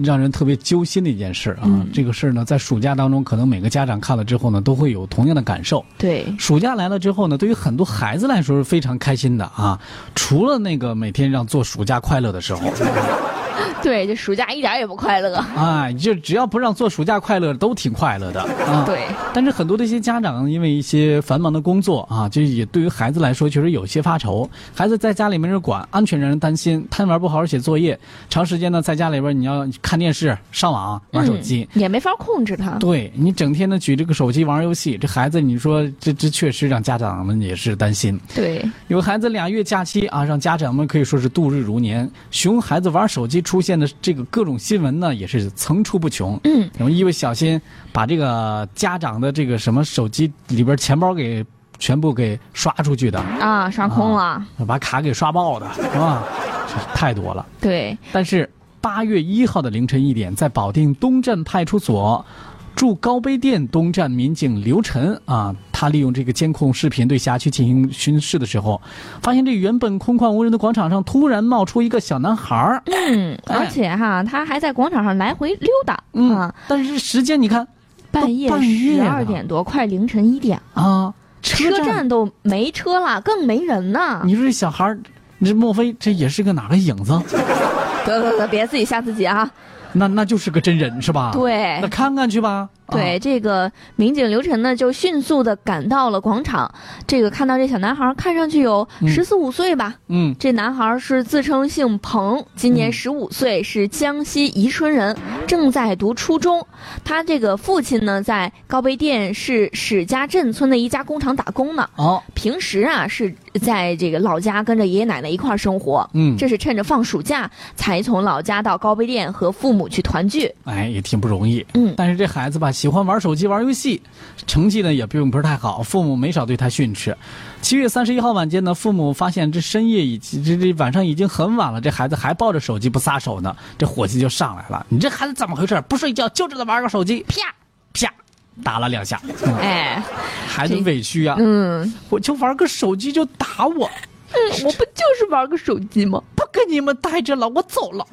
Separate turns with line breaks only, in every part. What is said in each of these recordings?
让人特别揪心的一件事啊。
嗯
这个事儿呢，在暑假当中，可能每个家长看了之后呢，都会有同样的感受。
对，
暑假来了之后呢，对于很多孩子来说是非常开心的啊。除了那个每天让做暑假快乐的时候，
对，这暑假一点也不快乐。
哎，就只要不让做暑假快乐，都挺快乐的啊。
对，
但是很多的一些家长因为一些繁忙的工作啊，就也对于孩子来说确实有些发愁。孩子在家里没人管，安全让人担心，贪玩不好好写作业，长时间呢在家里边你要看电视、上网、玩手机。
嗯、也没法控制他。
对你整天呢举这个手机玩游戏，这孩子你说这这确实让家长们也是担心。
对，
有孩子俩月假期啊，让家长们可以说是度日如年。熊孩子玩手机出现的这个各种新闻呢，也是层出不穷。
嗯，
然后一不小心把这个家长的这个什么手机里边钱包给全部给刷出去的，
啊，刷空了。
把卡给刷爆的，啊，这 太多了。
对，
但是八月一号的凌晨一点，在保定东站派出所。驻高碑店东站民警刘晨啊，他利用这个监控视频对辖区进行巡视的时候，发现这原本空旷无人的广场上突然冒出一个小男孩儿，
嗯，
哎
而且哈，他还在广场上来回溜达。
嗯，
啊，
但是时间你看
半夜
半夜
十
了
二点多，快凌晨一点，
啊，
车
车站嗯
站啊都没车了，更没人呢。
你说这小孩儿，你这莫非这也是个哪个影子？
得得得，别自己吓自己啊！
那那就是个真人是吧？，
对
啊那。看看去吧。
对，
啊，
这个民警刘晨呢，就迅速的赶到了广场。这个看到这小男孩，看上去有
嗯
十四五岁吧，
嗯，
这男孩是自称姓彭，今年
嗯
十五岁，是江西宜春人，正在读初中。他这个父亲呢，在高碑店市史家镇村的一家工厂打工呢。
哦，
平时啊，是在这个老家跟着爷爷奶奶一块儿生活。
嗯，
这是趁着放暑假才从老家到高碑店和父母去团聚。
哎，也挺不容易。
嗯
但是这孩子吧，喜欢玩手机、玩游戏，成绩呢也并不是太好，父母没少对他训斥。七月三十一号晚间呢，父母发现这深夜已经这这晚上已经很晚了，这孩子还抱着手机不撒手呢，这火气就上来了。你这孩子怎么回事？不睡觉就知道玩个手机，
啪，
啪打了两下，嗯
哎，
孩子委屈呀、
嗯，
我就玩个手机就打我，
我不就是玩个手机吗？
不跟你们待着了，我走了。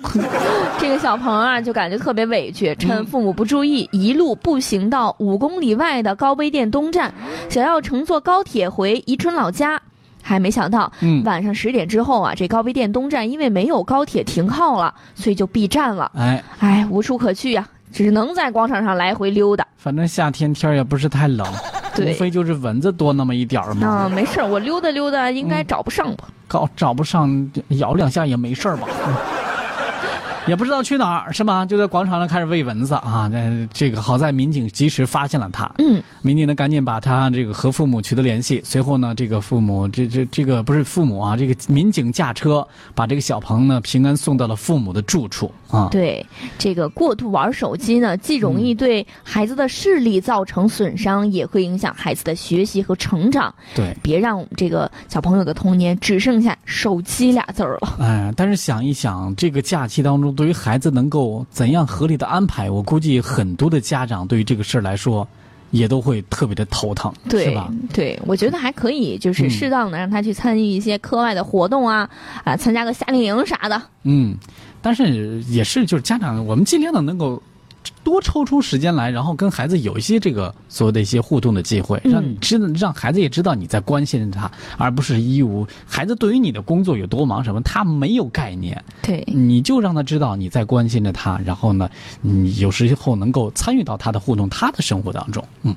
这个小鹏啊，就感觉特别委屈，
嗯
趁父母不注意，一路步行到五公里外的高碑店东站，想要乘坐高铁回宜春老家。还没想到，
嗯
晚上十点之后啊，这高碑店东站因为没有高铁停靠了，所以就闭站了。
哎，
哎，无处可去呀、只能在广场上来回溜达。
反正夏天天儿也不是太 冷，
对
无非就是蚊子多那么一点儿嘛。
啊，没事儿，我溜达溜达，应该
嗯
找不上吧？
搞找不上，咬两下也没事儿吧？嗯也不知道去哪儿是吧？就在广场上开始喂蚊子啊！那这个好在民警及时发现了他，
嗯，
民警呢赶紧把他这个和父母取得联系。随后呢，这个父母这这这个不是父母啊，这个民警驾车把这个小鹏呢平安送到了父母的住处啊。
对，这个过度玩手机呢，既容
嗯
易对孩子的视力造成损伤，也会影响孩子的学习和成长。
对，
别让这个小朋友的童年只剩下手机俩字儿 了。
哎，但是想一想，这个假期当中，对于孩子能够怎样合理的安排，我估计很多的家长对于这个事儿来说，也都会特别的头疼，是
对
吧？
对，我觉得还可以，就是
嗯
适当的让他去参与一些课外的活动啊，啊，参加个夏令营啥的。
嗯，但是也是就是家长，我们尽量的能够多抽出时间来，然后跟孩子有一些这个所谓的一些互动的机会，
嗯
让你知道，让孩子也知道你在关心着他，而不是一无孩子对于你的工作有多忙什么，他没有概念，
对
你就让他知道你在关心着他，然后呢，你有时候能够参与到他的互动，他的生活当中，嗯。